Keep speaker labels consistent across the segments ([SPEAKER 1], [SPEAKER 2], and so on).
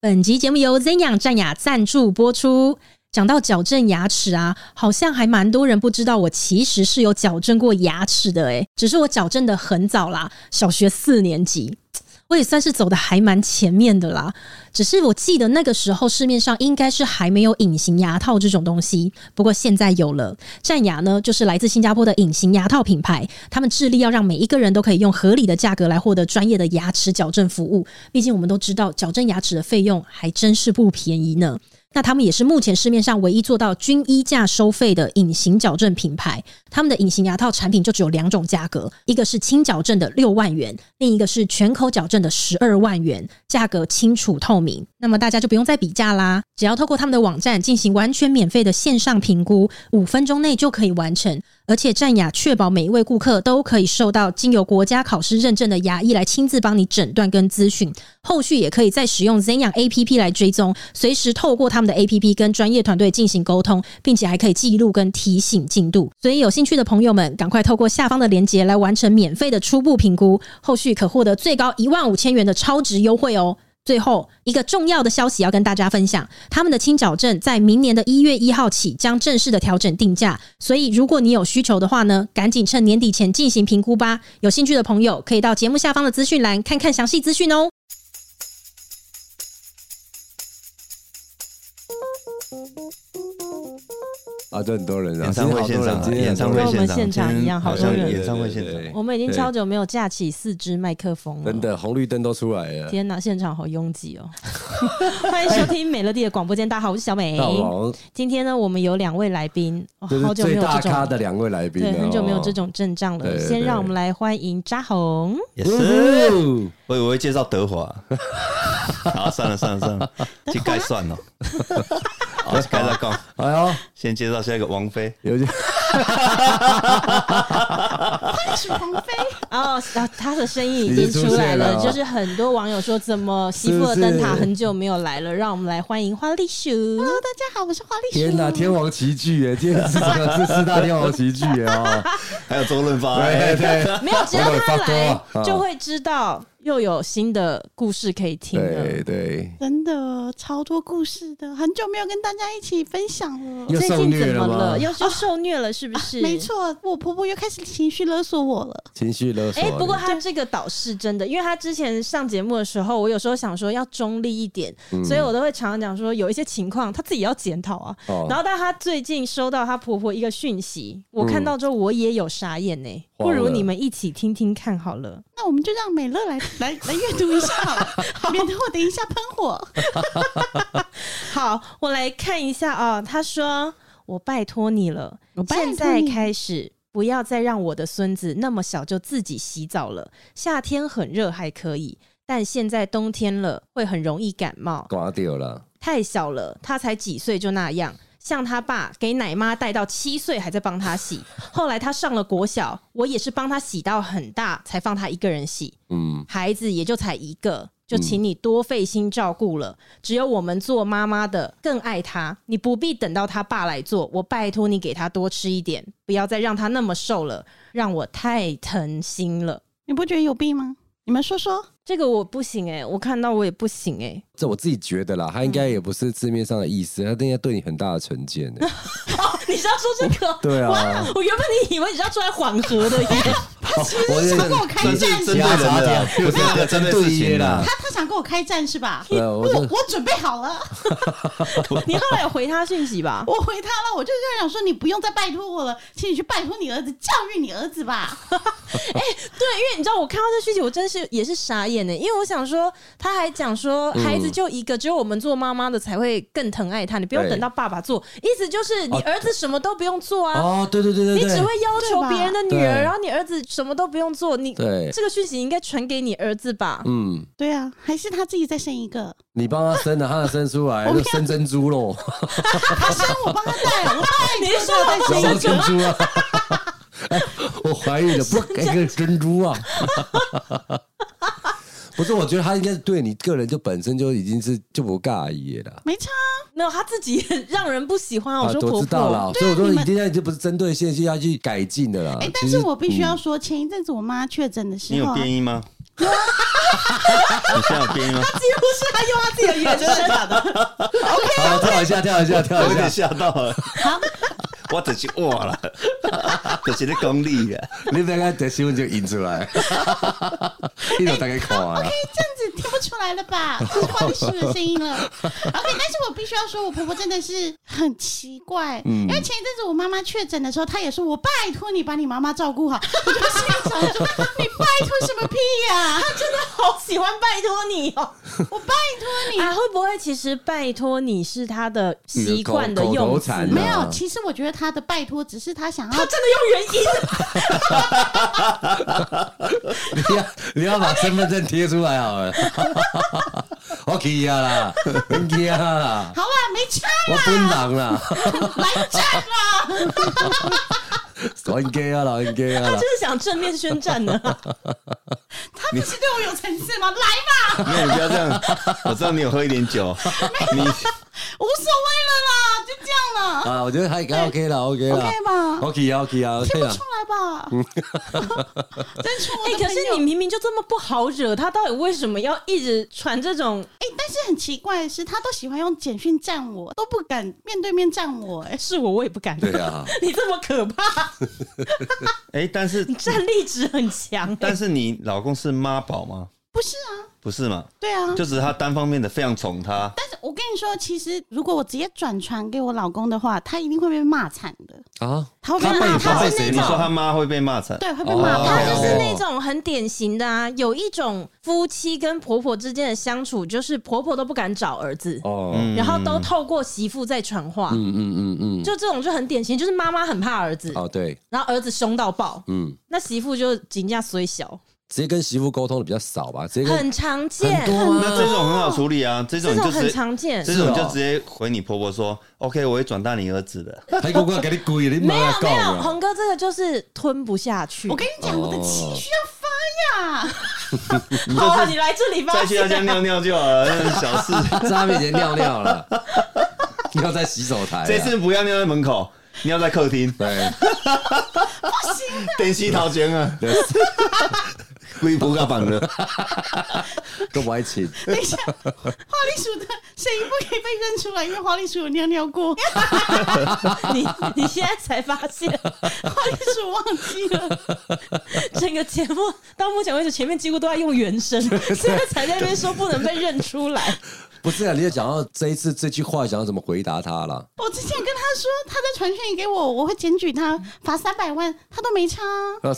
[SPEAKER 1] 本集节目由 z e n y a 战雅赞助播出。讲到矫正牙齿啊，好像还蛮多人不知道，我其实是有矫正过牙齿的、欸，诶，只是我矫正的很早啦，小学四年级。我也算是走的还蛮前面的啦，只是我记得那个时候市面上应该是还没有隐形牙套这种东西，不过现在有了。战牙呢，就是来自新加坡的隐形牙套品牌，他们致力要让每一个人都可以用合理的价格来获得专业的牙齿矫正服务。毕竟我们都知道，矫正牙齿的费用还真是不便宜呢。那他们也是目前市面上唯一做到均衣价收费的隐形矫正品牌。他们的隐形牙套产品就只有两种价格，一个是轻矫正的六万元，另一个是全口矫正的十二万元，价格清楚透明。那么大家就不用再比价啦，只要透过他们的网站进行完全免费的线上评估，五分钟内就可以完成。而且战雅确保每一位顾客都可以受到经由国家考试认证的牙医来亲自帮你诊断跟咨询，后续也可以再使用 Zenyang APP 来追踪，随时透过他们的 APP 跟专业团队进行沟通，并且还可以记录跟提醒进度。所以有兴趣的朋友们，赶快透过下方的链接来完成免费的初步评估，后续可获得最高一万五千元的超值优惠哦。最后一个重要的消息要跟大家分享，他们的清矫正在明年的一月一号起将正式的调整定价，所以如果你有需求的话呢，赶紧趁年底前进行评估吧。有兴趣的朋友可以到节目下方的资讯栏看看详细资讯哦。
[SPEAKER 2] 啊，这很多人啊，
[SPEAKER 3] 演唱会
[SPEAKER 2] 今天好多人
[SPEAKER 3] 现
[SPEAKER 2] 今天很多
[SPEAKER 3] 场啊
[SPEAKER 2] 人
[SPEAKER 1] 跟
[SPEAKER 3] 演唱会
[SPEAKER 1] 我们现
[SPEAKER 3] 现场
[SPEAKER 1] 场一样，好
[SPEAKER 3] 好
[SPEAKER 1] 多
[SPEAKER 3] 像
[SPEAKER 1] 人。
[SPEAKER 3] 演唱会现场
[SPEAKER 2] 对对对
[SPEAKER 1] 我们已经超久没有架起四支麦克风了，
[SPEAKER 2] 真。的红绿灯都出来了。
[SPEAKER 1] 天哪，现场好拥挤哦！ 欢迎收听美乐蒂的广播间，大家好，我是小美
[SPEAKER 2] 大。王，
[SPEAKER 1] 今天呢，我们有两位来宾，哦
[SPEAKER 2] 这
[SPEAKER 1] 好
[SPEAKER 2] 是
[SPEAKER 1] 久没
[SPEAKER 2] 最
[SPEAKER 1] 有
[SPEAKER 2] 大
[SPEAKER 1] 这
[SPEAKER 2] 咖
[SPEAKER 1] 种
[SPEAKER 2] 的两位来宾了，
[SPEAKER 1] 对，很久没有这
[SPEAKER 2] 哦。
[SPEAKER 1] 种阵仗了。
[SPEAKER 2] 对对
[SPEAKER 1] 先
[SPEAKER 2] 对
[SPEAKER 1] 让我们来欢迎扎红。
[SPEAKER 3] 也是，
[SPEAKER 2] 呜
[SPEAKER 3] 我以为会介绍德华，好，算了算了算了，这该算了。好，该再讲，
[SPEAKER 2] 哎呦，
[SPEAKER 3] 先介绍下一个王菲，
[SPEAKER 2] 有 点
[SPEAKER 1] 哦，然后他的声音已
[SPEAKER 2] 已
[SPEAKER 1] 经
[SPEAKER 2] 经
[SPEAKER 1] 出来了，
[SPEAKER 2] 出现了哦
[SPEAKER 1] 就是很多网友说，怎么西
[SPEAKER 2] 是
[SPEAKER 1] 部
[SPEAKER 2] 不
[SPEAKER 1] 的灯塔
[SPEAKER 2] 是
[SPEAKER 1] 很久没有来了？让我们来欢迎花栗 鼠。Hello，大家好，我是花栗
[SPEAKER 2] 天哪，天王奇迹耶！ 今天是这个是四大天王奇迹耶 哦。
[SPEAKER 3] 还有周润发，
[SPEAKER 2] 对对
[SPEAKER 1] 没有，只要他
[SPEAKER 2] 我有发
[SPEAKER 1] 来
[SPEAKER 2] 过啊
[SPEAKER 1] 就会知道又有新的故事可以听
[SPEAKER 2] 对
[SPEAKER 1] 了。
[SPEAKER 2] 对，
[SPEAKER 4] 真的超多故事的，很久没有跟大家一起分享了。
[SPEAKER 2] 又
[SPEAKER 1] 最
[SPEAKER 2] 受
[SPEAKER 1] 近怎
[SPEAKER 2] 虐
[SPEAKER 1] 么
[SPEAKER 2] 吗
[SPEAKER 1] 了？？又是受虐了，是不是？
[SPEAKER 4] 啊没。错，我婆婆又开始情绪勒索我了。
[SPEAKER 2] 情绪勒索
[SPEAKER 1] 哎、
[SPEAKER 2] 啊。
[SPEAKER 1] 不过
[SPEAKER 2] 你
[SPEAKER 1] 他这个导是真的，因为他之前上节目的时候，我有时候想说要中立一点，
[SPEAKER 2] 嗯
[SPEAKER 1] 所以我都会常常讲说有一些情况他自己要检讨啊。
[SPEAKER 2] 哦
[SPEAKER 1] 然后，但她最近收到她婆婆一个讯息，我看到之后我也有傻眼呢、
[SPEAKER 2] 慌
[SPEAKER 1] 不
[SPEAKER 2] 了
[SPEAKER 1] 如你们一起听听看好了。
[SPEAKER 4] 那我们就让美乐来来 来阅读一下好了，免得我等一下喷火。
[SPEAKER 1] 好，我来看一下啊、她说：“我拜托你了，
[SPEAKER 4] 我拜托
[SPEAKER 1] 现
[SPEAKER 4] 你
[SPEAKER 1] 在开始。”不要再让我的孙子那么小就自己洗澡了。夏天很热还可以，但现在冬天了会很容易感冒。
[SPEAKER 2] 刮掉了，
[SPEAKER 1] 太小了，他才几岁就那样。像他爸给奶妈带到七岁，还在帮他洗。后来他上了国小，我也是帮他洗到很大，才放他一个人洗。
[SPEAKER 2] 嗯，
[SPEAKER 1] 孩子也就才一个，就请你多费心照顾了。只有我们做妈妈的更爱他，你不必等到他爸来做。我拜托你给他多吃一点，不要再让他那么瘦了，让我太疼心了。
[SPEAKER 4] 你不觉得有病吗？你们说说，
[SPEAKER 1] 这个我不行诶、欸我看到我也不行欸诶、
[SPEAKER 2] 这我自己觉得啦，
[SPEAKER 1] 嗯
[SPEAKER 2] 他应该也不是字面上的意思，他应该对你很大的成见 耶。
[SPEAKER 1] 哦，你是要说这个？
[SPEAKER 2] 对啊
[SPEAKER 1] 哇我原本你以为你是要出来缓和的耶，
[SPEAKER 2] 我也
[SPEAKER 4] 想跟我开
[SPEAKER 3] 算
[SPEAKER 4] 战
[SPEAKER 3] 是针
[SPEAKER 4] 是
[SPEAKER 3] 对
[SPEAKER 4] 吧？
[SPEAKER 3] 人的啊，不是那个针对事情啦。
[SPEAKER 4] 他他想跟我开战是吧？
[SPEAKER 2] 对啊我就
[SPEAKER 4] 我我准备好了，
[SPEAKER 1] 你后来有回他讯息吧？
[SPEAKER 4] 我回他了，我就这样想说，你不用再拜托我了，请你去拜托你儿子，教育你儿子吧。
[SPEAKER 1] 对，因为你知道我看到这讯息，我真是也是傻眼欸呢，因为我想说，他还讲说
[SPEAKER 2] 嗯
[SPEAKER 1] 孩子就一个，只有我们做妈妈的才会更疼爱他，你不用
[SPEAKER 2] 对
[SPEAKER 1] 等到爸爸做，意思就是你
[SPEAKER 2] 哦
[SPEAKER 1] 儿子什么都不用做啊。
[SPEAKER 2] 哦，对对对
[SPEAKER 1] 你
[SPEAKER 2] 对
[SPEAKER 1] 只会
[SPEAKER 2] 对，
[SPEAKER 1] 要求别人的女
[SPEAKER 2] 对吧
[SPEAKER 1] 儿，
[SPEAKER 2] 对
[SPEAKER 1] 然后你儿子什么都不用做，你
[SPEAKER 2] 对
[SPEAKER 1] 这个讯息应该传给你儿子吧？
[SPEAKER 2] 嗯，
[SPEAKER 4] 对啊，还是他自己再生一个，
[SPEAKER 2] 你帮他生了，他生出来
[SPEAKER 4] 我没
[SPEAKER 2] 就
[SPEAKER 4] 有
[SPEAKER 2] 生珍珠 喽，
[SPEAKER 4] 他生我帮他带，我带
[SPEAKER 1] 你是 说
[SPEAKER 4] 再生一
[SPEAKER 2] 然
[SPEAKER 4] 个
[SPEAKER 2] 后珍珠啊。哎我怀孕了，不给个珍珠 啊！不是，我觉得他应该是对你个人就本身就已经是就不尬意了啦。
[SPEAKER 4] 没差啊，
[SPEAKER 1] 没有，他自己也让人不喜欢啊。我
[SPEAKER 2] 啊
[SPEAKER 1] 说，
[SPEAKER 2] 我
[SPEAKER 1] 婆
[SPEAKER 2] 知道
[SPEAKER 1] 婆，
[SPEAKER 2] 了，所以我说
[SPEAKER 4] 你
[SPEAKER 2] 你
[SPEAKER 4] 们
[SPEAKER 2] 现在就不是针对现在要去改进的啦。啊
[SPEAKER 4] 哎、但
[SPEAKER 2] 其
[SPEAKER 4] 是
[SPEAKER 2] 实
[SPEAKER 4] 我必须要说，前一阵子我妈确诊的时
[SPEAKER 3] 你有
[SPEAKER 4] 候啊，
[SPEAKER 3] 变音吗？你现在有变音吗？
[SPEAKER 4] 几乎是他用他自己的语言就 在讲的。
[SPEAKER 2] 好，嗯跳一下，跳一下，
[SPEAKER 3] 我
[SPEAKER 2] 跳
[SPEAKER 3] 有
[SPEAKER 2] 一
[SPEAKER 3] 点
[SPEAKER 2] 下。
[SPEAKER 3] 吓到了，我只是哇了，只是咧功力啊。
[SPEAKER 2] 你大概的新闻就引出 来， 一
[SPEAKER 4] 哎
[SPEAKER 2] 种大概看啊完
[SPEAKER 4] 可
[SPEAKER 2] 了
[SPEAKER 4] 以。这样子 听不出来了吧？这是花栗鼠的声音了。OK，但是我必须要说，我婆婆真的是很奇怪，因为前一阵子我妈妈确诊的时候，她也说我拜托你把你妈妈照顾好。 我就心里想说，你拜托什么屁呀、
[SPEAKER 1] 真的好喜欢拜托你哦！
[SPEAKER 4] 我拜托你。
[SPEAKER 1] 啊，会不会其实拜托你是他的习惯的
[SPEAKER 2] 你的口
[SPEAKER 1] 用
[SPEAKER 2] 头
[SPEAKER 1] 词？
[SPEAKER 2] 禅啊
[SPEAKER 4] 没有，其实我觉得她的拜托只是她想
[SPEAKER 1] 他
[SPEAKER 4] 要
[SPEAKER 1] 真的用原因，
[SPEAKER 2] 你要你要把身份证贴出来好了。 我去啊啦，去啊啦，
[SPEAKER 4] 好啦，没差
[SPEAKER 2] 我本人啦，
[SPEAKER 4] 来战啦！
[SPEAKER 2] 我应该啊啦，应该啊
[SPEAKER 1] 他真。
[SPEAKER 2] 啦
[SPEAKER 1] 的想正面宣战 呢、哎
[SPEAKER 4] 他不是对我有层次吗？来吧，
[SPEAKER 3] 没有，你不要这样。我知道你有喝一点酒，你
[SPEAKER 4] 无所谓了啦，就这样了，
[SPEAKER 2] 啊，我觉得还还 OK 啦，OK 啦
[SPEAKER 4] OK 吧
[SPEAKER 2] ，OK 啊，OK 啊，OK
[SPEAKER 4] 听不
[SPEAKER 2] 啦
[SPEAKER 4] 出。来吧？
[SPEAKER 2] 嗯
[SPEAKER 4] 真是我
[SPEAKER 1] 哎、
[SPEAKER 4] 的
[SPEAKER 1] 可
[SPEAKER 4] 朋
[SPEAKER 1] 是
[SPEAKER 4] 友
[SPEAKER 1] 你明明就这么不好惹，他到底为什么要一直传这种？
[SPEAKER 4] 哎、但是很奇怪的是，他都喜欢用简讯站我，都不敢面对面站我、哎，
[SPEAKER 1] 是我，我也不敢。
[SPEAKER 2] 对啊，
[SPEAKER 1] 你这么可怕，
[SPEAKER 3] 哎，但是
[SPEAKER 1] 你战力值很 强、
[SPEAKER 3] 但是你老公是妈宝吗？
[SPEAKER 4] 不是啊，
[SPEAKER 3] 不是嘛？
[SPEAKER 4] 对啊。
[SPEAKER 3] 就只是他单方面的非常宠他。
[SPEAKER 4] 但是我跟你说，其实如果我直接转传给我老公的话，他一定会被骂惨的。
[SPEAKER 2] 啊，
[SPEAKER 4] 他会被骂，
[SPEAKER 2] 被
[SPEAKER 4] 他
[SPEAKER 2] 他
[SPEAKER 4] 是
[SPEAKER 2] 被
[SPEAKER 4] 那
[SPEAKER 2] 谁
[SPEAKER 3] 你
[SPEAKER 2] 骂
[SPEAKER 4] 种
[SPEAKER 3] 说他妈会被骂惨，
[SPEAKER 4] 对会被骂，
[SPEAKER 2] 哦
[SPEAKER 1] 他
[SPEAKER 4] 他
[SPEAKER 1] 就
[SPEAKER 4] 就是
[SPEAKER 1] 是那种很典型的啊，有一种夫妻跟婆婆之间的相处，就是婆婆都不敢找儿子，
[SPEAKER 2] 哦，
[SPEAKER 1] 然后都透过媳妇在传话，
[SPEAKER 2] 嗯嗯嗯嗯，
[SPEAKER 1] 就这种就很典型，就是妈妈很怕儿子，
[SPEAKER 2] 哦对，
[SPEAKER 1] 然后儿子凶到爆，
[SPEAKER 2] 嗯，
[SPEAKER 1] 那媳妇就紧价虽小，
[SPEAKER 2] 直接跟媳妇沟通的比较少吧，直接跟
[SPEAKER 1] 很常见
[SPEAKER 2] 很，多
[SPEAKER 3] 那这
[SPEAKER 2] 啊，
[SPEAKER 3] 种很好处理啊，这种
[SPEAKER 1] 这
[SPEAKER 3] 你
[SPEAKER 1] 种
[SPEAKER 3] 就
[SPEAKER 1] 很
[SPEAKER 3] 直
[SPEAKER 1] 常见。
[SPEAKER 3] 这种就直接回你婆婆说，OK，我会转达你儿子的。
[SPEAKER 2] 还公公给你跪，你
[SPEAKER 1] 没
[SPEAKER 2] 妈
[SPEAKER 1] 有
[SPEAKER 2] 告
[SPEAKER 1] 没有，
[SPEAKER 2] 啊，
[SPEAKER 1] 红哥这个就是吞不下去。
[SPEAKER 4] 我跟你讲，我的
[SPEAKER 2] 哦
[SPEAKER 4] 气需要发呀，
[SPEAKER 3] 你
[SPEAKER 1] 好啊，
[SPEAKER 3] 就
[SPEAKER 1] 你
[SPEAKER 3] 是
[SPEAKER 1] 来这里吧。啊
[SPEAKER 3] 再去他家尿尿就好了，那是小事。
[SPEAKER 2] 在他面前尿尿 了，尿在洗手台啊，
[SPEAKER 3] 这次不要尿在门口，尿在客厅，
[SPEAKER 2] 对，
[SPEAKER 3] 电洗头前啊， 龟不甲绑了。
[SPEAKER 2] 都不爱亲，
[SPEAKER 4] 等一下，花栗鼠的声音不可以被认出来，因为花栗鼠有尿尿过，
[SPEAKER 1] 你你现在才发现，
[SPEAKER 4] 花栗鼠忘记了。
[SPEAKER 1] 整个节目到目前为止，前面几乎都在用原 声，现在才在那边说不能被认出来。
[SPEAKER 2] 不是啊，你也讲到这一次这句话，想要怎么回答他了？
[SPEAKER 4] 我之前跟他说， 他在传讯给我，我会检举他，罚三百万，他都没差 啊、
[SPEAKER 2] 啊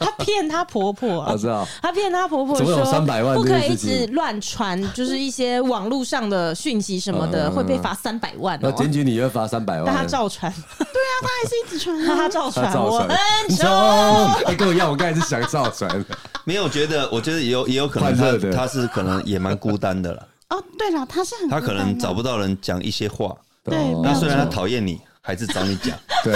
[SPEAKER 1] 她骗她婆婆、啊，
[SPEAKER 2] 我知 道
[SPEAKER 1] 她骗她婆婆
[SPEAKER 2] 怎么
[SPEAKER 1] 说
[SPEAKER 2] 有300万
[SPEAKER 1] 不可
[SPEAKER 2] 这
[SPEAKER 1] 以一
[SPEAKER 2] 件事情
[SPEAKER 1] 直乱传，就是一些网络上的讯息什么的，
[SPEAKER 2] 嗯
[SPEAKER 1] 会被罚三百万
[SPEAKER 2] 那
[SPEAKER 1] 哦、
[SPEAKER 2] 检举你会罚三百
[SPEAKER 1] 但她
[SPEAKER 2] 万。
[SPEAKER 1] 照传，
[SPEAKER 4] 对啊，他还是一直传、啊，
[SPEAKER 1] 她照
[SPEAKER 2] 他
[SPEAKER 1] 传，
[SPEAKER 2] 造
[SPEAKER 1] 我
[SPEAKER 2] 船，
[SPEAKER 1] 很
[SPEAKER 2] 冲
[SPEAKER 1] 丑。！
[SPEAKER 2] 哎，跟我一样，我刚才是想造 船，
[SPEAKER 3] 没有，我觉得我觉得也有也有可能
[SPEAKER 2] 快乐
[SPEAKER 3] 他
[SPEAKER 2] 的
[SPEAKER 3] 他是可能也蛮孤单的了，
[SPEAKER 4] 哦，对了，他是很
[SPEAKER 3] 他可能找啊
[SPEAKER 4] 不
[SPEAKER 3] 不到人讲一些话。
[SPEAKER 4] 对
[SPEAKER 2] 哦
[SPEAKER 4] 没
[SPEAKER 3] 那
[SPEAKER 4] 有
[SPEAKER 3] 虽然他
[SPEAKER 4] 错
[SPEAKER 3] 讨厌你，还是找你讲。
[SPEAKER 2] 对，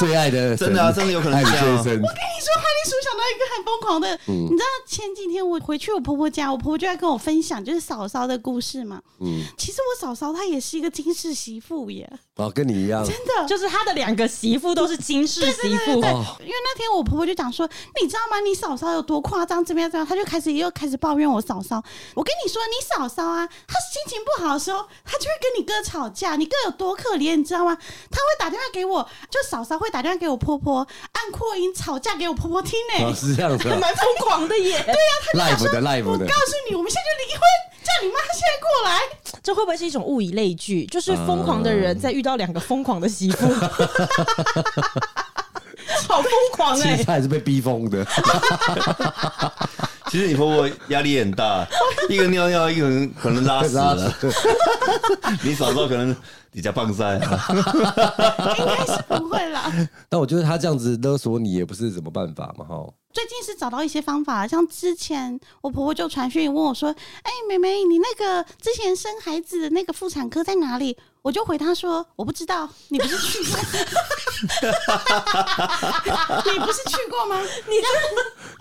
[SPEAKER 2] 最爱的神
[SPEAKER 3] 真的啊真的有可能
[SPEAKER 2] 爱
[SPEAKER 3] 是
[SPEAKER 2] 你
[SPEAKER 3] 这样啊
[SPEAKER 2] 先生，
[SPEAKER 4] 跟你说，哈利鼠想到一个很疯狂的，
[SPEAKER 3] 嗯
[SPEAKER 4] 你知道前几天我回去我婆婆家，我婆婆就在跟我分享就是嫂嫂的故事嘛。嗯，其实我嫂嫂她也是一个金氏媳妇耶，
[SPEAKER 2] 哦，跟你一样，
[SPEAKER 4] 真的。
[SPEAKER 1] 就是她的两个媳妇都是金氏媳妇，
[SPEAKER 4] 因为那天我婆婆就讲说，你知道吗？你嫂嫂有多夸张，怎么样怎么样？她就开始又开始抱怨我嫂嫂。我跟你说，你嫂嫂啊，她心情不好的时候，她就会跟你哥吵架。你哥有多可怜，你知道吗？她会打电话给我，就嫂嫂会打电话给我婆婆，按扩音吵架给我婆婆听呢、
[SPEAKER 2] 哦，是这样子啊
[SPEAKER 1] 蛮疯狂的耶。啊
[SPEAKER 2] ，live 的 live
[SPEAKER 4] 我告
[SPEAKER 2] 的，
[SPEAKER 4] 诉你，我们现在就离婚，叫你妈现在过来。
[SPEAKER 1] 这会不会是一种物以类聚？就是
[SPEAKER 2] 嗯
[SPEAKER 1] 疯狂的人在遇到两个疯狂的媳妇， 好疯狂
[SPEAKER 2] 其
[SPEAKER 1] 哎、
[SPEAKER 2] 实他也是被逼疯 的，
[SPEAKER 3] 其实你婆婆压力很大， 一个尿尿，一个人可能拉屎了。你嫂嫂可能比较棒啊塞，
[SPEAKER 4] 应该是不会 啦。
[SPEAKER 2] 但我觉得他这样子勒索你也不是什么办法嘛， 哈。
[SPEAKER 4] 最近是找到一些方法，像之前我婆婆就传讯问我说：“哎、妹妹，你那个之前生孩子的那个妇产科在哪里？”我就回她说：“我不知道，你不是去 过？你不是去过吗？你要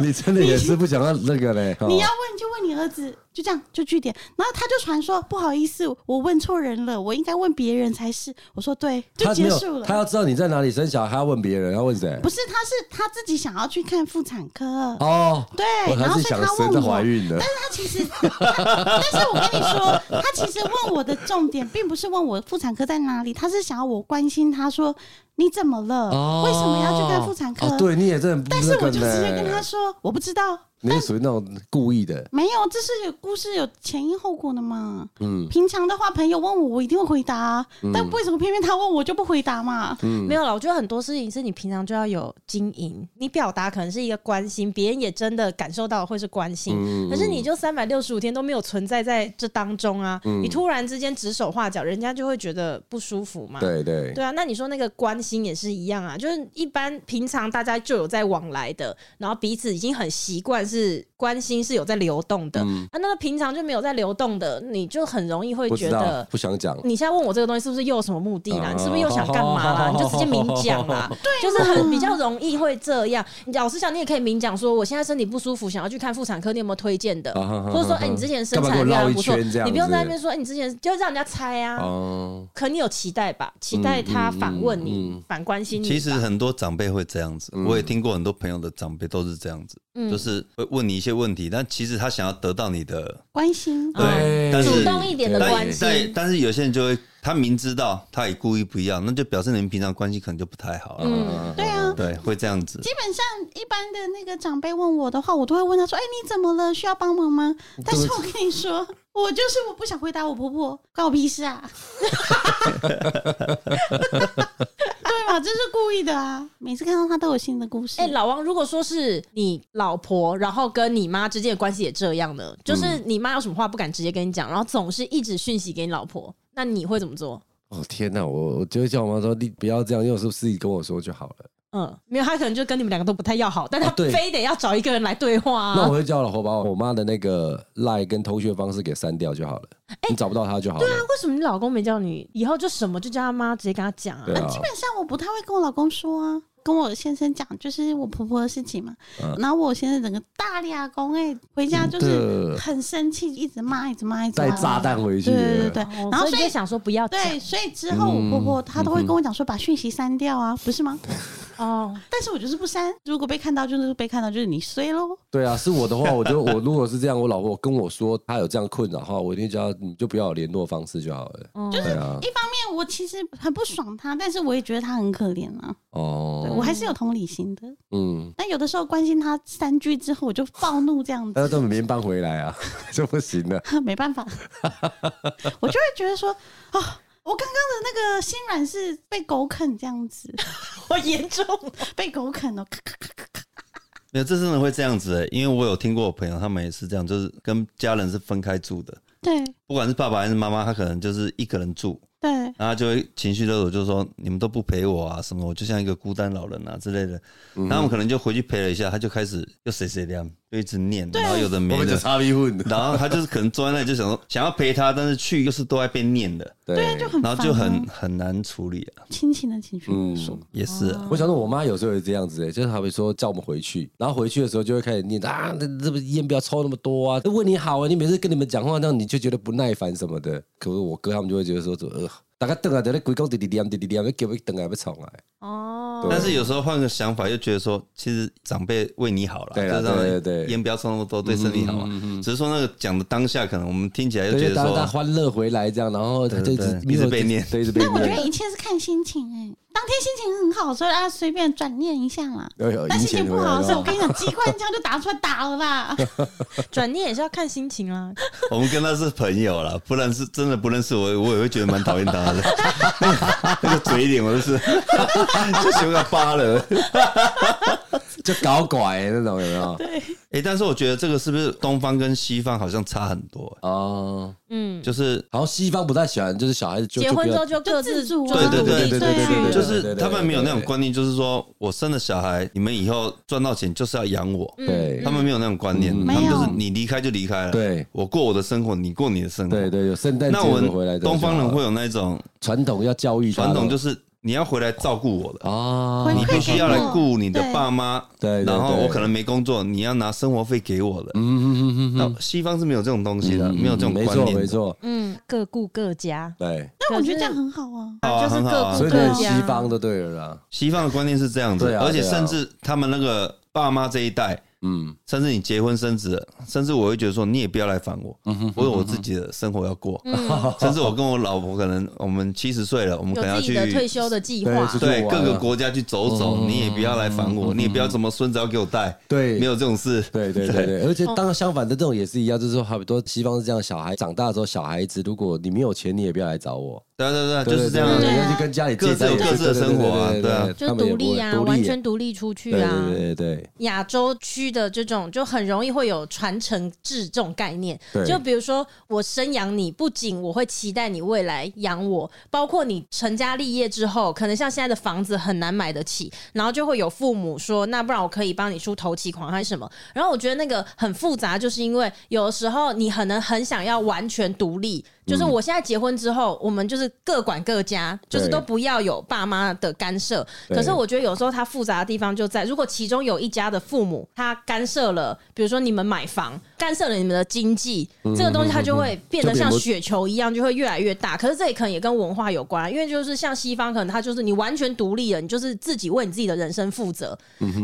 [SPEAKER 2] 你真的也是不想要那个嘞，哈
[SPEAKER 4] 你要问就问你儿子，就这样就据点。然后他就传说不好意思，我问错人了，我应该问别人才是。我说对，就
[SPEAKER 2] 他没
[SPEAKER 4] 结束
[SPEAKER 2] 有，
[SPEAKER 4] 了。
[SPEAKER 2] 他要知道你在哪里生小孩，他要问别人，他问谁
[SPEAKER 4] 不？是，他是他自己想要去看妇产科。
[SPEAKER 2] 哦，
[SPEAKER 4] 对
[SPEAKER 2] 我，还
[SPEAKER 4] 然后
[SPEAKER 2] 是
[SPEAKER 4] 所
[SPEAKER 2] 想
[SPEAKER 4] 以他
[SPEAKER 2] 谁在
[SPEAKER 4] 问我，
[SPEAKER 2] 怀孕呢
[SPEAKER 4] 但？是他其实，但是我跟你说，他其实问我的重点，并不是问我妇产科在哪里，他是想要我关心他说你怎么了，
[SPEAKER 2] 哦，
[SPEAKER 4] 为什么要去看妇产科？
[SPEAKER 2] 哦对，你也真的不
[SPEAKER 4] 但是
[SPEAKER 2] 那个
[SPEAKER 4] 我就直接
[SPEAKER 2] 呢
[SPEAKER 4] 跟他说，我不知道，
[SPEAKER 2] 你是属于那种故意的，
[SPEAKER 4] 没有，这是有故事有前因后果的嘛。
[SPEAKER 2] 嗯，
[SPEAKER 4] 平常的话，朋友问我，我一定会回答，啊但为什么偏偏他问我就不回答嘛？
[SPEAKER 2] 嗯
[SPEAKER 1] 没有了，我觉得很多事情是你平常就要有经营，你表达可能是一个关心，别人也真的感受到会是关心，
[SPEAKER 2] 嗯
[SPEAKER 1] 可是你就三百六十五天都没有存在在这当中啊，
[SPEAKER 2] 嗯
[SPEAKER 1] 你突然之间指手画脚，人家就会觉得不舒服嘛。
[SPEAKER 2] 对对，
[SPEAKER 1] 对啊，那你说那个关心也是一样啊，就是一般平常大家就有在往来的，然后彼此已经很习惯是关心是有在流动的，啊，那个平常就没有在流动的，你就很容易会
[SPEAKER 2] 嗯不
[SPEAKER 1] 觉
[SPEAKER 2] 知
[SPEAKER 1] 得
[SPEAKER 2] 道，不想讲，
[SPEAKER 1] 你现在问我这个东西是不是又有什么目的啦？
[SPEAKER 2] 哦
[SPEAKER 1] 你是不是又想干嘛啦？
[SPEAKER 2] 哦
[SPEAKER 1] 你就直接明讲啦，对，就是很比较容易会这样。你老实讲，你也可以明讲说，我现在身体不舒服，想要去看妇产科，你有没有推荐的
[SPEAKER 2] 啊哈？哈
[SPEAKER 1] 或者说，
[SPEAKER 2] 哈哈
[SPEAKER 1] 哎，你之前生
[SPEAKER 2] 干嘛
[SPEAKER 1] 产的月
[SPEAKER 2] 给我
[SPEAKER 1] 亮
[SPEAKER 2] 绕一
[SPEAKER 1] 不错，
[SPEAKER 2] 圈这样
[SPEAKER 1] 你
[SPEAKER 2] 子
[SPEAKER 1] 不用在那边说，哎，你之前就让人家猜啊。
[SPEAKER 2] 哦，嗯
[SPEAKER 1] 可你有期待吧？期待他反问你，反关 心你吧。
[SPEAKER 3] 其实很多长辈会这样子，我也听过很多朋友的长辈都是这样子，
[SPEAKER 1] 嗯
[SPEAKER 3] 就是会问你一些问题，但其实他想要得到你的
[SPEAKER 4] 关心，
[SPEAKER 1] 嗯
[SPEAKER 3] 对，但
[SPEAKER 1] 主
[SPEAKER 3] 是
[SPEAKER 1] 动一点的
[SPEAKER 2] 对
[SPEAKER 1] 关
[SPEAKER 3] 但但
[SPEAKER 1] 心，
[SPEAKER 3] 但是有些人就会，他明知道他也故意不要，那就表示你们平常关系可能就不太好了。
[SPEAKER 1] 嗯，
[SPEAKER 4] 对啊。
[SPEAKER 3] 对，会这样子。
[SPEAKER 4] 基本上一般的那个长辈问我的话，我都会问他说：“哎、你怎么了？需要帮忙吗？”但是我跟你说， 我就是我不想回答我婆婆，关我屁 事啊！对嘛，这是故意的啊！每次看到他都有新的故事。
[SPEAKER 1] 哎、老王，如果说是你老婆，然后跟你妈之间的关系也这样呢，就是你妈有什么话不敢直接跟你讲，然后总是一直讯息给你老婆，那你会怎么做？
[SPEAKER 2] 哦天哪，我我就会叫我妈说，你不要这样，因为我是自己跟我说就好了。
[SPEAKER 1] 嗯，没有，他可能就跟你们两个都不太要好，但他
[SPEAKER 2] 啊对
[SPEAKER 1] 非得要找一个人来对话、啊。
[SPEAKER 2] 那我会叫我老婆把我妈的那个赖跟通讯方式给删掉就好了，你找不到她就好了。
[SPEAKER 1] 那为什么你老公没叫你以后就什么就叫他妈直接跟他讲啊？
[SPEAKER 2] 对啊
[SPEAKER 4] 基，本上我不太会跟我老公说啊，跟我先生讲就是我婆婆的事情嘛。然后我先生整个大力阿公哎，回家
[SPEAKER 2] 嗯
[SPEAKER 4] 就
[SPEAKER 2] 真
[SPEAKER 4] 是
[SPEAKER 2] 的
[SPEAKER 4] 很生气，一直骂，一直骂，一直
[SPEAKER 2] 带
[SPEAKER 4] 骂。
[SPEAKER 2] 炸弹回去
[SPEAKER 4] 对
[SPEAKER 2] 了。
[SPEAKER 4] 对对对，然后
[SPEAKER 1] 所以就想说不要讲
[SPEAKER 4] 对，所以之后我婆
[SPEAKER 3] 嗯
[SPEAKER 4] 婆她都会跟我讲说把讯息删掉啊，不 是吗？
[SPEAKER 1] 哦，
[SPEAKER 4] 但是我就是不删，如果被看到就是被看到，就是你衰喽。
[SPEAKER 2] 对啊，是我的话，我 就我如果是这样，我老婆跟我说她有这样困扰的话，我一定叫她你就不要有联络方式就好了。
[SPEAKER 1] 嗯
[SPEAKER 2] 对啊，
[SPEAKER 4] 一方面哎我其实很不爽她，但是我也觉得她很可怜啊，对
[SPEAKER 2] 哦，
[SPEAKER 4] 我还是有同理心的。
[SPEAKER 2] 嗯，
[SPEAKER 4] 但有的时候关心她三句之后，我就暴怒这样
[SPEAKER 2] 但是
[SPEAKER 4] 子，
[SPEAKER 2] 根本没办回来啊， 就不行了。
[SPEAKER 4] 没办法，我就会觉得说啊。我刚刚的那个心软是被狗啃这 样子，
[SPEAKER 1] 我严重
[SPEAKER 4] 被狗啃哦，咔咔咔咔咔。
[SPEAKER 3] 没有，这真的会这样子、欸，因为我有听过我朋友，他们也是这样，就是跟家人是分开住的，
[SPEAKER 4] 对
[SPEAKER 3] 不管是爸爸还是妈妈，他可能就是一个人住，
[SPEAKER 4] 对，
[SPEAKER 3] 然后他就会情绪勒索，就说你们都不陪我啊，什么我就像一个孤单老人啊之类的。
[SPEAKER 2] 嗯
[SPEAKER 3] 然后我们可能就回去陪了一下，他就开始又谁谁凉，就一直念，然后有的没的，
[SPEAKER 2] 差一混，
[SPEAKER 3] 然后他就是可能坐在那里就想说想要陪他，但是去又是都在被念的，
[SPEAKER 2] 对
[SPEAKER 4] 就很
[SPEAKER 3] 然
[SPEAKER 4] 烦、
[SPEAKER 3] 后
[SPEAKER 4] 啊，
[SPEAKER 3] 就很很难处理啊，
[SPEAKER 4] 亲情的情绪勒索。
[SPEAKER 3] 也是啊、
[SPEAKER 2] 我想说，我妈有时候也这样子、欸，就是好比说叫我们回去，然后回去的时候就会开始念啊，那这不烟不要抽那么多啊，问你好啊、你每次跟你们讲话，那你就觉得不耐烦什么的。可是我哥他们就会觉得说，呃，大概等啊，等那鬼公滴滴滴滴滴滴，给我等啊，被吵来。
[SPEAKER 1] 哦
[SPEAKER 2] 对，
[SPEAKER 3] 但是有时候换个想法，又觉得说，其实长辈为你好了，
[SPEAKER 2] 对啦
[SPEAKER 3] 就让
[SPEAKER 2] 对对对嗯
[SPEAKER 3] 烟不要抽那么多，对身体好嘛。只是说那个讲的当下，可能我们听起来就
[SPEAKER 2] 对，
[SPEAKER 3] 觉
[SPEAKER 2] 就大
[SPEAKER 3] 得
[SPEAKER 2] 家
[SPEAKER 3] 说，
[SPEAKER 2] 欢乐回来这样，然后他就一直
[SPEAKER 3] 对对 一直被念
[SPEAKER 2] 对，一直被
[SPEAKER 4] 但我觉
[SPEAKER 2] 念。
[SPEAKER 4] 得一切是看心情哎、当天心情很好的时候，大家随便转念一下啦。
[SPEAKER 2] 哎呦
[SPEAKER 4] 但心情不好的时候，我
[SPEAKER 2] 赢钱回来了
[SPEAKER 4] 跟你讲，机关枪就打出来打 了啦。
[SPEAKER 1] 转念也是要看心情啊。
[SPEAKER 3] 我们跟他是朋友了，不然是真的不认识我，我也会觉得蛮讨厌他的。 那个嘴脸，我就是 就喜欢扒了。
[SPEAKER 2] 就搞拐、那种，有没有？
[SPEAKER 3] 哎，但是我觉得这个是不是东方跟西方好像差很多？
[SPEAKER 2] 哦，
[SPEAKER 1] 嗯，
[SPEAKER 3] 就是
[SPEAKER 2] 好像西方不太喜欢，就是小孩子就
[SPEAKER 1] 结婚之后
[SPEAKER 2] 就
[SPEAKER 1] 就各
[SPEAKER 4] 就
[SPEAKER 1] 自
[SPEAKER 4] 自主啊
[SPEAKER 1] 就是
[SPEAKER 3] 对对
[SPEAKER 1] 独立
[SPEAKER 3] 对
[SPEAKER 4] 对
[SPEAKER 1] 出
[SPEAKER 4] 对
[SPEAKER 1] 去
[SPEAKER 4] 对
[SPEAKER 1] 了
[SPEAKER 4] 对
[SPEAKER 3] 就
[SPEAKER 2] 对对
[SPEAKER 3] 是
[SPEAKER 2] 对
[SPEAKER 3] 他们没有那种
[SPEAKER 2] 对
[SPEAKER 3] 观念，就是说我生了小孩，你们以后赚到钱就是要养我。
[SPEAKER 4] 嗯
[SPEAKER 2] 不要嗯对
[SPEAKER 3] 他们没有那种观念，
[SPEAKER 2] 嗯
[SPEAKER 3] 他们就是
[SPEAKER 4] 没有
[SPEAKER 3] 你离开就离开了，
[SPEAKER 2] 对
[SPEAKER 3] 我过我的生活，你过你的生活。
[SPEAKER 2] 对对，有圣诞节
[SPEAKER 3] 嗯那我
[SPEAKER 2] 回来的
[SPEAKER 3] 们东方人会有那种
[SPEAKER 2] 传统要教育他
[SPEAKER 3] 传统，
[SPEAKER 2] 咯
[SPEAKER 3] 就是你要回来照顾我的，
[SPEAKER 2] 啊，
[SPEAKER 4] 回
[SPEAKER 3] 你必须要来顾你的
[SPEAKER 4] 对
[SPEAKER 3] 爸妈，
[SPEAKER 2] 对对
[SPEAKER 3] 然后
[SPEAKER 2] 对
[SPEAKER 3] 我可能没工作，你要拿生活费给我的，
[SPEAKER 2] 嗯嗯嗯嗯
[SPEAKER 3] 然后西方是没有这种东西的，
[SPEAKER 2] 嗯
[SPEAKER 3] 没有这种
[SPEAKER 2] 没
[SPEAKER 3] 观
[SPEAKER 2] 错
[SPEAKER 3] 念的
[SPEAKER 2] 没错，
[SPEAKER 5] 嗯，各顾各家，
[SPEAKER 2] 对，
[SPEAKER 4] 但我觉得这样很好啊。
[SPEAKER 3] 好啊
[SPEAKER 5] 就是
[SPEAKER 3] 很好啊
[SPEAKER 5] 各
[SPEAKER 2] 所
[SPEAKER 5] 顾
[SPEAKER 2] 以那
[SPEAKER 5] 各
[SPEAKER 2] 个西
[SPEAKER 5] 家。
[SPEAKER 2] 方的对了啦，
[SPEAKER 3] 西方的观念是这样子，
[SPEAKER 2] 对啊
[SPEAKER 3] 而且
[SPEAKER 2] 对啊
[SPEAKER 3] 甚至他们那个爸妈这一代，
[SPEAKER 2] 嗯
[SPEAKER 3] 甚至你结婚生子了，甚至我会觉得说你也不要来烦我，
[SPEAKER 2] 嗯
[SPEAKER 3] 我有我自己的生活要过，
[SPEAKER 5] 嗯
[SPEAKER 3] 甚至我跟我老婆可能我们七十岁了，我们可
[SPEAKER 5] 有
[SPEAKER 3] 能要
[SPEAKER 5] 自己
[SPEAKER 3] 去
[SPEAKER 5] 的退休的计
[SPEAKER 2] 对
[SPEAKER 5] 划
[SPEAKER 2] 是，
[SPEAKER 3] 对
[SPEAKER 2] 出去玩
[SPEAKER 3] 各个
[SPEAKER 2] 啊
[SPEAKER 3] 国家去走走，你也不要来烦
[SPEAKER 2] 嗯
[SPEAKER 3] 我，你也不要什么孙子要给我带，
[SPEAKER 2] 对
[SPEAKER 3] 没有这种事，
[SPEAKER 2] 对对对对，而
[SPEAKER 1] 哦
[SPEAKER 2] 且当然相反的这种也是一样，就是说好多西方是这样，小孩长大之后，小孩子如果你没有钱，你也不要来找我，
[SPEAKER 3] 对对对，
[SPEAKER 2] 对
[SPEAKER 3] 就是这样
[SPEAKER 2] 对对
[SPEAKER 3] 啊。
[SPEAKER 2] 对
[SPEAKER 4] 对啊
[SPEAKER 2] 尤其跟家里
[SPEAKER 3] 各自有各自的生活啊对啊
[SPEAKER 2] 他
[SPEAKER 1] 就
[SPEAKER 2] 们也
[SPEAKER 1] 独立
[SPEAKER 2] 不会
[SPEAKER 1] 啊，
[SPEAKER 2] 独立
[SPEAKER 1] 完全独立出去
[SPEAKER 2] 对
[SPEAKER 1] 啊。
[SPEAKER 2] 对对对
[SPEAKER 1] 亚洲区的这种就很容易会有传承制这种概念
[SPEAKER 2] 对，
[SPEAKER 1] 就比如说我生养你，不仅我会期待你未来养我，包括你成家立业之后，可能像现在的房子很难买得起，然后就会有父母说，那不然我可以帮你出头期款还是什么。然后我觉得那个很复杂，就是因为有的时候你可能很想要完全独立，就是
[SPEAKER 2] 嗯
[SPEAKER 1] 我现在结婚之后，我们就是各管各家，就是
[SPEAKER 2] 对
[SPEAKER 1] 都不要有爸妈的干涉。
[SPEAKER 2] 对
[SPEAKER 1] 可是我觉得有时候它复杂的地方就在，如果其中有一家的父母他干涉了，比如说你们买房，干涉了你们的经济，这个东西它嗯就会变得像雪球一样，就会越来越大。可是这也可能也跟文化有关，因为就是像西方，可能他就是你完全独立了，你就是自己为你自己的人生负责。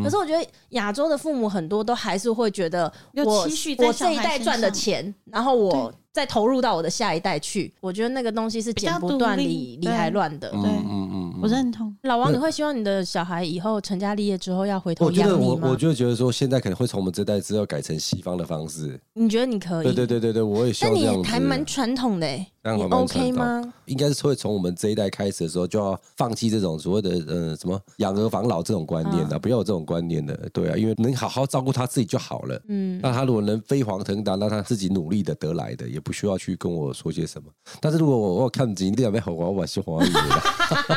[SPEAKER 1] 可是我觉得亚洲的父母很多都还是会觉得
[SPEAKER 4] 有
[SPEAKER 1] 我
[SPEAKER 4] 期许在
[SPEAKER 1] 我
[SPEAKER 4] 小
[SPEAKER 1] 这一
[SPEAKER 4] 孩
[SPEAKER 1] 代
[SPEAKER 4] 身
[SPEAKER 1] 赚的
[SPEAKER 4] 上
[SPEAKER 1] 钱，然后我
[SPEAKER 4] 对。
[SPEAKER 1] 再投入到我的下一代去，我觉得那个东西是
[SPEAKER 4] 较
[SPEAKER 1] 剪不
[SPEAKER 4] 独
[SPEAKER 1] 断
[SPEAKER 4] 立
[SPEAKER 1] 理理
[SPEAKER 4] 对
[SPEAKER 1] 还乱的。
[SPEAKER 4] 对，
[SPEAKER 2] 嗯嗯
[SPEAKER 4] 我认同。
[SPEAKER 1] 老王，你会希望你的小孩以后成家立业之后要回头
[SPEAKER 2] 我觉得
[SPEAKER 1] 养你
[SPEAKER 2] 我
[SPEAKER 1] 吗？
[SPEAKER 2] 我就觉得说，现在可能会从我们这代之后改成西方的方式。
[SPEAKER 1] 你觉得你可以？
[SPEAKER 2] 对对对对对，我也希
[SPEAKER 1] 但
[SPEAKER 2] 望这样
[SPEAKER 1] 你
[SPEAKER 2] 子。
[SPEAKER 1] 还蛮传统的哎、
[SPEAKER 2] 这样
[SPEAKER 1] 你
[SPEAKER 2] 还蛮
[SPEAKER 1] OK
[SPEAKER 2] 传统
[SPEAKER 1] 吗？？
[SPEAKER 2] 应该是会从我们这一代开始的时候，就要放弃这种所谓的呃什么养儿防老这种观
[SPEAKER 1] 嗯
[SPEAKER 2] 念的，啊不要有这种观念的。对啊，因为能好好照顾他自己就好了。嗯，那他如果能飞黄腾达，那他自己努力的得来的，也不需要去跟我说些什么。但是如果我我看景点被吼我我是黄鱼 啦，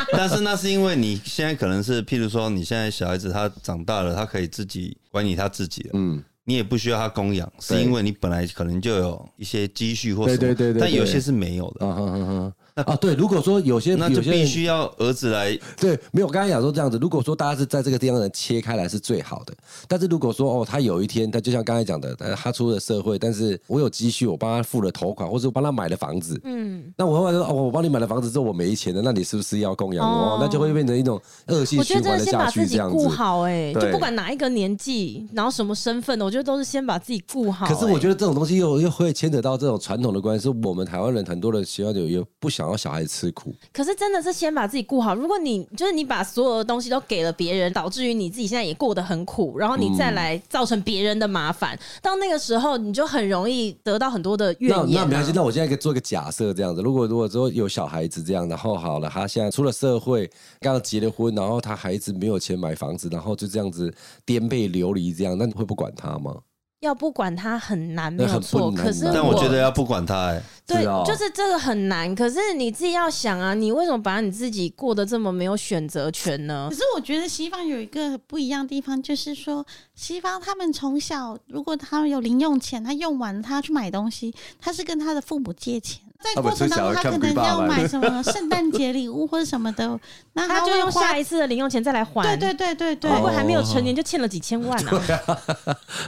[SPEAKER 3] 但是那是因为你现在可能是，譬如说你现在小孩子他长大了，他可以自己管理他自己了，
[SPEAKER 2] 嗯，
[SPEAKER 3] 你也不需要他供养，是
[SPEAKER 2] 对
[SPEAKER 3] 因为你本来可能就有一些积蓄或什么，
[SPEAKER 2] 对对对对
[SPEAKER 3] 但有
[SPEAKER 2] 对
[SPEAKER 3] 些是没有的，
[SPEAKER 2] 啊哈哈哈。啊，对，如果说有些
[SPEAKER 3] 那就
[SPEAKER 2] 有些人
[SPEAKER 3] 必须要儿子来
[SPEAKER 2] 对，没有，我刚才讲说这样子，如果说大家是在这个地方能切开来是最好的，但是如果说哦，他有一天他就像刚才讲的，呃他出了社会，但是我有积蓄，我帮他付了头款，或者我帮他买了房子，
[SPEAKER 1] 嗯，
[SPEAKER 2] 那我后来说哦，我帮你买了房子之后我没钱了，那你是不是要供养我？
[SPEAKER 1] 哦
[SPEAKER 2] 那就会变成一种恶性
[SPEAKER 1] 我觉得
[SPEAKER 2] 循
[SPEAKER 1] 真
[SPEAKER 2] 环
[SPEAKER 1] 的
[SPEAKER 2] 的
[SPEAKER 1] 先把
[SPEAKER 2] 下
[SPEAKER 1] 自
[SPEAKER 2] 去，这
[SPEAKER 1] 己
[SPEAKER 2] 样
[SPEAKER 1] 顾
[SPEAKER 2] 子。
[SPEAKER 1] 好哎、
[SPEAKER 2] 对
[SPEAKER 1] 就不管哪一个年纪，然后什么身份的，我觉得都是先把自己顾好、欸
[SPEAKER 2] 可是我觉
[SPEAKER 1] 得，
[SPEAKER 2] 得这种东西又又会牵扯到这种传统的关系，是我们台湾人很多人喜欢有有不想要小孩吃苦，
[SPEAKER 1] 可是真的是先把自己顾好。如果你就是你把所有的东西都给了别人，导致于你自己现在也过得很苦，然后你再
[SPEAKER 2] 嗯
[SPEAKER 1] 来造成别人的麻烦，到那个时候你就很容易得到很多的怨
[SPEAKER 2] 那
[SPEAKER 1] 言、啊
[SPEAKER 2] 那没关系，那我现在可以做一个假设这样子，如果如果说有小孩子这样，然后好了，他现在出了社会，刚刚结了婚，然后他孩子没有钱买房子，然后就这样子颠沛流离这样，那你会不管他 吗？
[SPEAKER 1] 要不管他很难，没
[SPEAKER 2] 那
[SPEAKER 1] 有
[SPEAKER 2] 很
[SPEAKER 1] 错。
[SPEAKER 2] 不难
[SPEAKER 1] 可是
[SPEAKER 2] 啊
[SPEAKER 4] 嗯
[SPEAKER 3] 但我觉得要不管他、欸，
[SPEAKER 1] 对
[SPEAKER 2] 是哦，
[SPEAKER 1] 就是这个很难。可是你自己要想啊，你为什么把你自己过得这么没有选择权呢
[SPEAKER 4] 可？是我觉得西方有一个不一样的地方，就是说西方他们从小，如果他们有零用钱，他用完了他要去买东西，他是跟他的父母借钱。在
[SPEAKER 2] 他们
[SPEAKER 4] 过程当中，他
[SPEAKER 2] 从小
[SPEAKER 4] 可
[SPEAKER 2] 看鬼
[SPEAKER 4] 能
[SPEAKER 2] 爸
[SPEAKER 4] 要
[SPEAKER 2] 爸
[SPEAKER 4] 买什么圣诞节礼物或者什么的，那
[SPEAKER 1] 他就
[SPEAKER 4] 会
[SPEAKER 1] 用
[SPEAKER 4] 花
[SPEAKER 1] 下一次的零用钱再来还。
[SPEAKER 4] 对对对对
[SPEAKER 2] 哦
[SPEAKER 4] 对，
[SPEAKER 1] 会不会还没有成年就欠了几千万啊？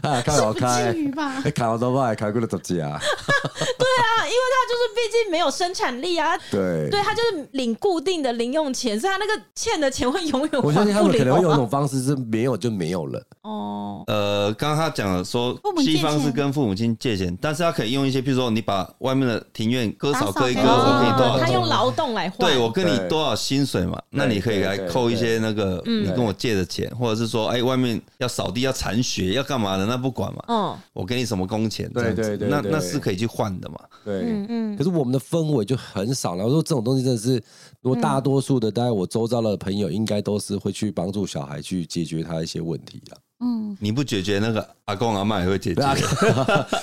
[SPEAKER 2] 啊，看好
[SPEAKER 4] 是不
[SPEAKER 2] 开
[SPEAKER 4] 至，于吧？
[SPEAKER 2] 哎，卡我都卖，卡过了怎么
[SPEAKER 1] 啊，
[SPEAKER 2] 啊？
[SPEAKER 1] 因为他就是毕竟没有生产力啊，
[SPEAKER 2] 对
[SPEAKER 1] 对他就是领固定的零用钱，所以他那个欠的钱会永远
[SPEAKER 2] 我相信他
[SPEAKER 1] 还不
[SPEAKER 2] 们可能
[SPEAKER 1] 了
[SPEAKER 2] 会用一
[SPEAKER 1] 啊。
[SPEAKER 2] 种方式是没有就没有了，
[SPEAKER 1] 哦，
[SPEAKER 3] 呃，刚刚他讲了说
[SPEAKER 4] 父，母借
[SPEAKER 3] 西
[SPEAKER 4] 钱
[SPEAKER 3] 方是跟父母亲借钱，但是他可以用一些，譬如说你把外面的庭院割
[SPEAKER 4] 打
[SPEAKER 3] 草
[SPEAKER 4] 扫
[SPEAKER 3] 割一割，
[SPEAKER 4] 给我
[SPEAKER 3] 我给你多
[SPEAKER 1] 哦
[SPEAKER 3] 少
[SPEAKER 1] 他
[SPEAKER 3] 钱？
[SPEAKER 1] 用劳动来换。
[SPEAKER 3] 对我跟
[SPEAKER 2] 对
[SPEAKER 3] 你多少薪水嘛？那你可以来扣一些那个
[SPEAKER 1] 嗯
[SPEAKER 3] 你跟我借的钱，或者是说，哎，外面要扫地、要铲雪、要干嘛的，那不管嘛，
[SPEAKER 1] 嗯
[SPEAKER 3] 我给你什么工钱？
[SPEAKER 2] 哦对
[SPEAKER 3] 这样子
[SPEAKER 2] 对对
[SPEAKER 3] 那
[SPEAKER 2] 对
[SPEAKER 3] 那是可以去换的嘛？
[SPEAKER 2] 对。
[SPEAKER 1] 嗯嗯
[SPEAKER 2] 可是我们的氛围就很少了。我说这种东西真的是，如果大多数的，大概我周遭的朋友应该都是会去帮助小孩去解决他一些问题的。啊
[SPEAKER 4] 嗯，
[SPEAKER 3] 你不解决那个阿公阿妈也会解决，
[SPEAKER 2] 对啊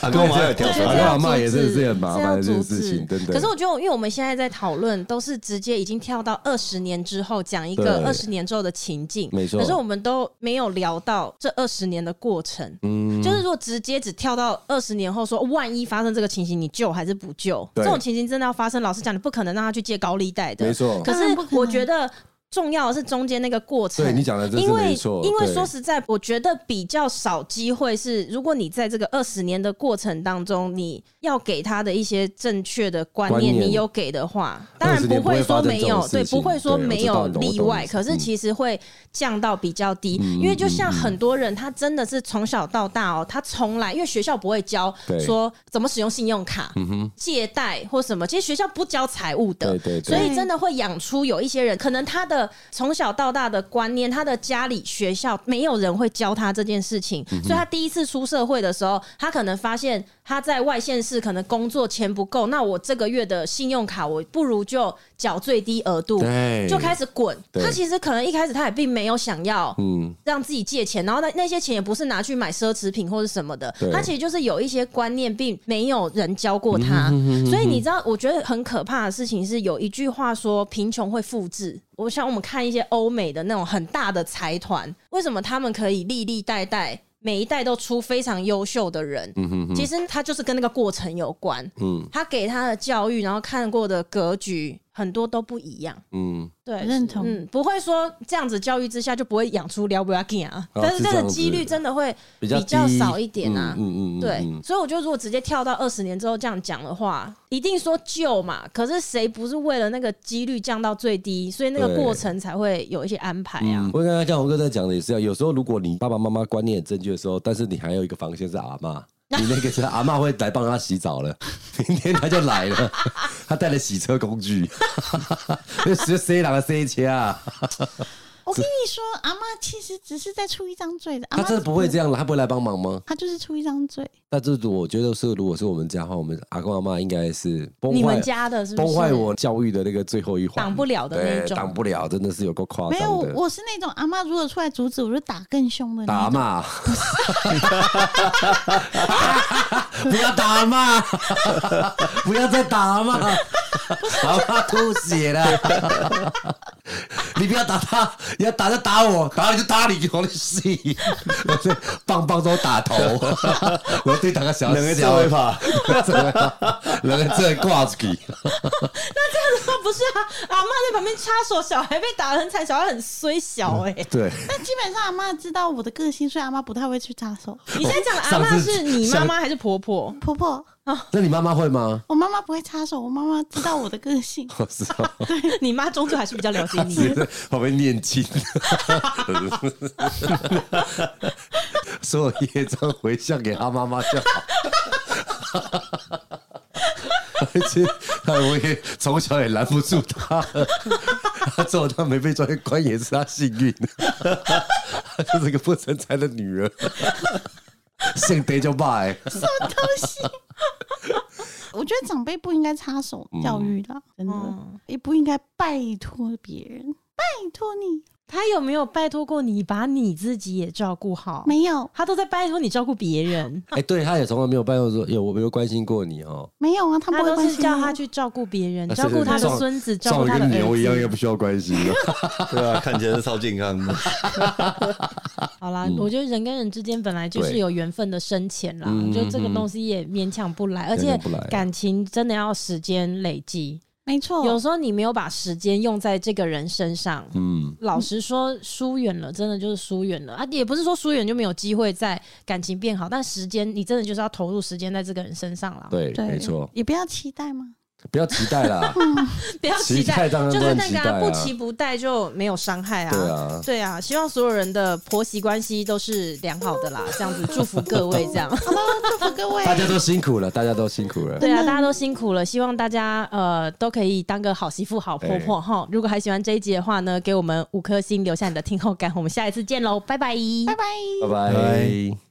[SPEAKER 3] 阿公阿妈有条
[SPEAKER 1] 对
[SPEAKER 2] 打
[SPEAKER 1] 这
[SPEAKER 2] 电
[SPEAKER 3] 条。
[SPEAKER 2] 话
[SPEAKER 1] 要
[SPEAKER 2] 骂也
[SPEAKER 1] 阻
[SPEAKER 2] 真的
[SPEAKER 1] 止
[SPEAKER 2] 是很麻
[SPEAKER 1] 这
[SPEAKER 2] 烦
[SPEAKER 1] 要
[SPEAKER 2] 的一件
[SPEAKER 1] 阻
[SPEAKER 2] 事
[SPEAKER 1] 止
[SPEAKER 2] 情真的
[SPEAKER 1] 可是我觉得我，因为我们现在在讨论都是直接已经跳到二十年之后讲一个
[SPEAKER 2] 对
[SPEAKER 1] 二十年之后的情境，
[SPEAKER 2] 没错
[SPEAKER 1] 可是我们都没有聊到这二十年的过程。
[SPEAKER 2] 嗯，
[SPEAKER 1] 就是如果直接只跳到二十年后说，万一发生这个情形，你救还是不救？这
[SPEAKER 2] 对
[SPEAKER 1] 种情形真的要发生，老实讲，你不可能让他去借高利贷的。
[SPEAKER 2] 没错
[SPEAKER 1] 可
[SPEAKER 4] 当然不可
[SPEAKER 1] 是
[SPEAKER 4] 能
[SPEAKER 1] 我觉得。重要的是中间那个过程。
[SPEAKER 2] 对你讲的真是
[SPEAKER 1] 因为
[SPEAKER 2] 没错
[SPEAKER 1] 因为
[SPEAKER 2] 对
[SPEAKER 1] 说实在，我觉得比较少机会是，如果你在这个二十年的过程当中，你要给他的一些正确的观念，
[SPEAKER 2] 观念
[SPEAKER 1] 你有给的话，当然
[SPEAKER 2] 20年不嗯
[SPEAKER 1] 会
[SPEAKER 2] 会
[SPEAKER 1] 说
[SPEAKER 2] 发生
[SPEAKER 1] 没
[SPEAKER 2] 这种
[SPEAKER 1] 有，
[SPEAKER 2] 事
[SPEAKER 1] 对，
[SPEAKER 2] 情
[SPEAKER 1] 不会说
[SPEAKER 2] 对我
[SPEAKER 1] 没
[SPEAKER 2] 知道
[SPEAKER 1] 有
[SPEAKER 2] 我懂我
[SPEAKER 1] 例
[SPEAKER 2] 懂
[SPEAKER 1] 外。可是
[SPEAKER 2] 嗯
[SPEAKER 1] 其实会降到比较低，
[SPEAKER 2] 嗯
[SPEAKER 1] 因为就像
[SPEAKER 2] 嗯嗯
[SPEAKER 1] 很多人，他真的是从小到大哦，他从来因为学校不会教
[SPEAKER 2] 对嗯
[SPEAKER 1] 说怎么使用信用卡、借贷或什么，其实学校不教财务的，
[SPEAKER 2] 对对
[SPEAKER 1] 所
[SPEAKER 2] 对
[SPEAKER 1] 以真的会养出有一些人，可能他的从小到大的观念，他的家里、学校没有人会教他这件事情，所以他第一次出社会的时候，他可能发现他在外县市可能工作钱不够，那我这个月的信用卡我不如就缴最低额度，
[SPEAKER 2] 对
[SPEAKER 1] 就开始滚。
[SPEAKER 2] 对
[SPEAKER 1] 他其实可能一开始他也并没有想要，
[SPEAKER 2] 嗯，
[SPEAKER 1] 让自己借钱，然后那那些钱也不是拿去买奢侈品或者什么的
[SPEAKER 2] 对，
[SPEAKER 1] 他其实就是有一些观念，并没有人教过
[SPEAKER 2] 嗯
[SPEAKER 1] 他。所以你知道，我觉得很可怕的事情是，有一句话说贫穷会复制。我想我们看一些欧美的那种很大的财团，为什么他们可以历历代代？每一代都出非常优秀的人，其实他就是跟那个过程有关。
[SPEAKER 2] 嗯
[SPEAKER 1] 他给他的教育，然后看过的格局，很多都不一样。
[SPEAKER 2] 嗯，
[SPEAKER 1] 对，
[SPEAKER 4] 认同
[SPEAKER 1] 嗯，不会说这样子教育之下就不会养出撩不要劲啊，
[SPEAKER 2] 哦
[SPEAKER 1] 但是
[SPEAKER 2] 是
[SPEAKER 1] 这
[SPEAKER 2] 这
[SPEAKER 1] 个
[SPEAKER 2] 样子
[SPEAKER 1] 几率真的会
[SPEAKER 2] 比较
[SPEAKER 1] 比较
[SPEAKER 2] 低
[SPEAKER 1] 少一点啊
[SPEAKER 2] 嗯嗯嗯嗯，
[SPEAKER 1] 对
[SPEAKER 2] 嗯，
[SPEAKER 1] 所以我觉得如果直接跳到二十年之后这样讲的话，一定说救嘛，可是谁不是为了那个几率降到最低，所以那个
[SPEAKER 2] 对
[SPEAKER 1] 过程才会有一些安排啊
[SPEAKER 2] 嗯，。我刚才像红哥在讲的也是啊，有时候如果你爸爸妈妈观念很正确的时候，但是你还有一个防线是阿 妈，你那个是阿妈会来帮他洗澡了，明天他就来了，他带了洗车工 具， 就直接塞哪个塞车啊，
[SPEAKER 4] 我跟你说，阿妈其实只是在出一张嘴的，阿
[SPEAKER 2] 他
[SPEAKER 4] 妈
[SPEAKER 2] 真的不会这样了，他不会来帮忙吗？
[SPEAKER 4] 她就是出一张嘴。
[SPEAKER 2] 那这我觉得是，如果是我们家的话，我们阿公阿妈应该是崩坏
[SPEAKER 1] 你们家的是不是
[SPEAKER 2] 崩坏我教育的那个最后一环，
[SPEAKER 1] 挡不了的那
[SPEAKER 2] 对
[SPEAKER 1] 种
[SPEAKER 2] 挡不了，哦真的是有够夸
[SPEAKER 4] 没有，
[SPEAKER 2] 张的。
[SPEAKER 4] 我是那种阿妈如果出来阻止，我就打更凶的那
[SPEAKER 2] 打
[SPEAKER 4] 种。
[SPEAKER 2] 骂， 不要打骂，不要再打骂，打骂吐血了。你不要打他，你要打就打我，打你就打你，我的戏，我这棒棒都打头，我对打个小
[SPEAKER 3] 两个
[SPEAKER 2] 小
[SPEAKER 3] 做一把，
[SPEAKER 2] 两个真的挂出去。
[SPEAKER 1] 那不是啊，阿妈在旁边插手，小孩被打得很惨，小孩很衰小哎、
[SPEAKER 2] 对，
[SPEAKER 4] 但基本上阿妈知道我的个性，所以阿妈不太会去插 手。
[SPEAKER 1] 你现在讲的阿妈
[SPEAKER 2] 上次
[SPEAKER 1] 是你妈妈还是婆婆？
[SPEAKER 4] 婆婆，
[SPEAKER 2] 那你妈妈会吗？
[SPEAKER 4] 我妈妈不会插手，我妈妈知道我的个 性。
[SPEAKER 2] 我知道，
[SPEAKER 1] 你妈终究还是比较了解你。
[SPEAKER 2] 你在旁边念经，所有业障回向给他妈妈就好。而且他我也从小也拦不住他，他做他没被抓去关也是他幸运，他就是个不成才的女儿，姓爹就骂哎、
[SPEAKER 4] 什么东西？我觉得长辈不应该插手教育啦，真的、
[SPEAKER 1] 嗯
[SPEAKER 4] 也不应该拜托别人，拜托你
[SPEAKER 1] 他有没有拜托过你把你自己也照顾好？
[SPEAKER 4] 没有
[SPEAKER 1] 他都在拜托你照顾别人，
[SPEAKER 2] 哎、对他也从来没有拜托说有我没有关心过你哦、
[SPEAKER 4] 没有啊，他
[SPEAKER 1] 他
[SPEAKER 4] 不会
[SPEAKER 1] 都
[SPEAKER 4] 关
[SPEAKER 1] 是
[SPEAKER 4] 心
[SPEAKER 1] 叫
[SPEAKER 4] 我
[SPEAKER 1] 他去照顾别人，
[SPEAKER 2] 那
[SPEAKER 1] 照顾他的
[SPEAKER 2] 撞
[SPEAKER 1] 孙子，照
[SPEAKER 2] 照
[SPEAKER 1] 顾他的
[SPEAKER 2] 跟
[SPEAKER 1] 儿
[SPEAKER 2] 牛一样，应该
[SPEAKER 1] 子。
[SPEAKER 2] 不需要关心吧。
[SPEAKER 3] 对啊，看起来是超健康的。
[SPEAKER 1] 好啦，
[SPEAKER 2] 嗯
[SPEAKER 1] 我觉得人跟人之间本来就是
[SPEAKER 2] 对
[SPEAKER 1] 有缘分的深浅啦，
[SPEAKER 2] 嗯
[SPEAKER 1] 就这个东西也勉强不来，而且
[SPEAKER 2] 勉强不来
[SPEAKER 1] 感情真的要时间累积。
[SPEAKER 4] 没错，
[SPEAKER 1] 有时候你没有把时间用在这个人身上，
[SPEAKER 2] 嗯，
[SPEAKER 1] 老实说，疏远了，真的就是疏远了啊！也不是说疏远就没有机会在感情变好，但时间你真的就是要投入时间在这个人身上了。
[SPEAKER 2] 对，
[SPEAKER 4] 对，
[SPEAKER 2] 没错，
[SPEAKER 4] 也不要期待嘛。
[SPEAKER 2] 不要期待啦，
[SPEAKER 1] 不要期
[SPEAKER 2] 期待当然
[SPEAKER 1] 就是那
[SPEAKER 2] 不能期
[SPEAKER 1] 个、
[SPEAKER 2] 待啊
[SPEAKER 1] 不期不待就没有伤害啊。
[SPEAKER 2] 对啊
[SPEAKER 1] 对啊希望所有人的婆媳关系都是良好的啦，这样子祝福各位这样。
[SPEAKER 4] 好了，祝福各位，
[SPEAKER 2] 大家都辛苦了，大家都辛苦了。
[SPEAKER 1] 对啊，大家都辛苦了，希望大家呃都可以当个好媳妇、好
[SPEAKER 2] 哎
[SPEAKER 1] 婆婆哈、如果还喜欢这一集的话呢，给我们五颗星，留下你的听后感。我们下一次见喽，拜拜，拜拜
[SPEAKER 4] 拜拜。
[SPEAKER 2] 拜拜。